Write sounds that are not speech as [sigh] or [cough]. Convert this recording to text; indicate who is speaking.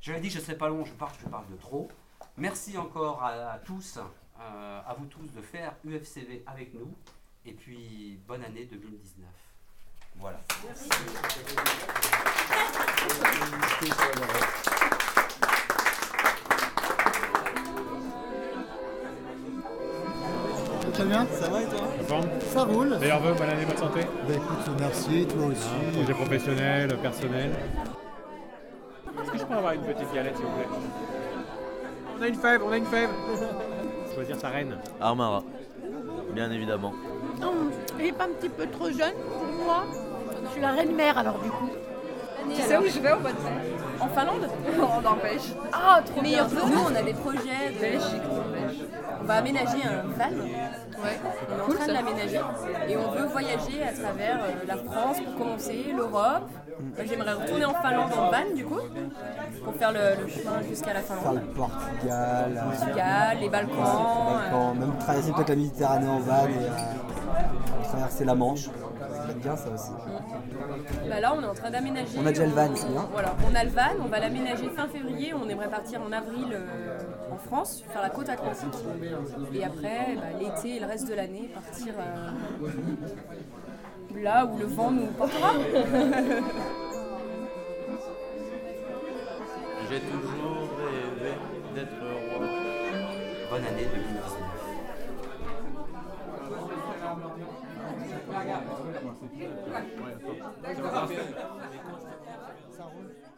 Speaker 1: J'avais dit que je ne serais pas long, je parle, je parle de trop. Merci encore à, à tous, euh, à vous tous de faire UFCV avec nous. Et puis, bonne année 2019. Voilà.
Speaker 2: Très bien,
Speaker 3: Ça va et toi
Speaker 4: La forme
Speaker 2: ça roule.
Speaker 4: Meilleur vœu, bonne année, bonne santé.
Speaker 2: Bah écoute, merci, toi aussi.
Speaker 4: Projet professionnel, personnel. Est-ce que je peux avoir une petite galette, s'il vous plaît On a une fève, on a une fève Choisir sa reine.
Speaker 3: Armara, bien évidemment.
Speaker 5: Non, il est pas un petit peu trop jeune pour moi. Je suis la reine mère alors du coup.
Speaker 6: Tu sais où je vais au mois de mai En Finlande [laughs] On n'empêche.
Speaker 7: Ah, trop
Speaker 6: Meilleur
Speaker 7: bien.
Speaker 6: vœu.
Speaker 7: Nous, on a des projets de... On va aménager un van.
Speaker 6: Ouais.
Speaker 7: On est en
Speaker 6: Cool,
Speaker 7: train de
Speaker 6: ça.
Speaker 7: l'aménager. Et on veut voyager à travers euh, la France pour commencer, l'Europe. Moi, J'aimerais retourner en Finlande en van, du coup, pour faire le, le chemin jusqu'à la
Speaker 8: Faire
Speaker 7: Finlande.
Speaker 8: le Portugal, euh,
Speaker 7: Portugal, les Balkans.
Speaker 8: les Balkans, même traverser peut-être la Méditerranée en van et euh, traverser la Manche. Ça va être bien ça aussi.
Speaker 7: euh, bah là, on est en train d'aménager.
Speaker 8: On a déjà le van, c'est bien.
Speaker 7: Voilà, on a le van, on va l'aménager fin février. On aimerait partir en avril euh, en France, faire la côte atlantique. Et après, bah, l'été et le reste de l'année, partir euh, là où le vent nous portera. [laughs]
Speaker 3: J'ai toujours rêvé d'être roi.
Speaker 1: Bonne année 2019.
Speaker 2: Ça roule.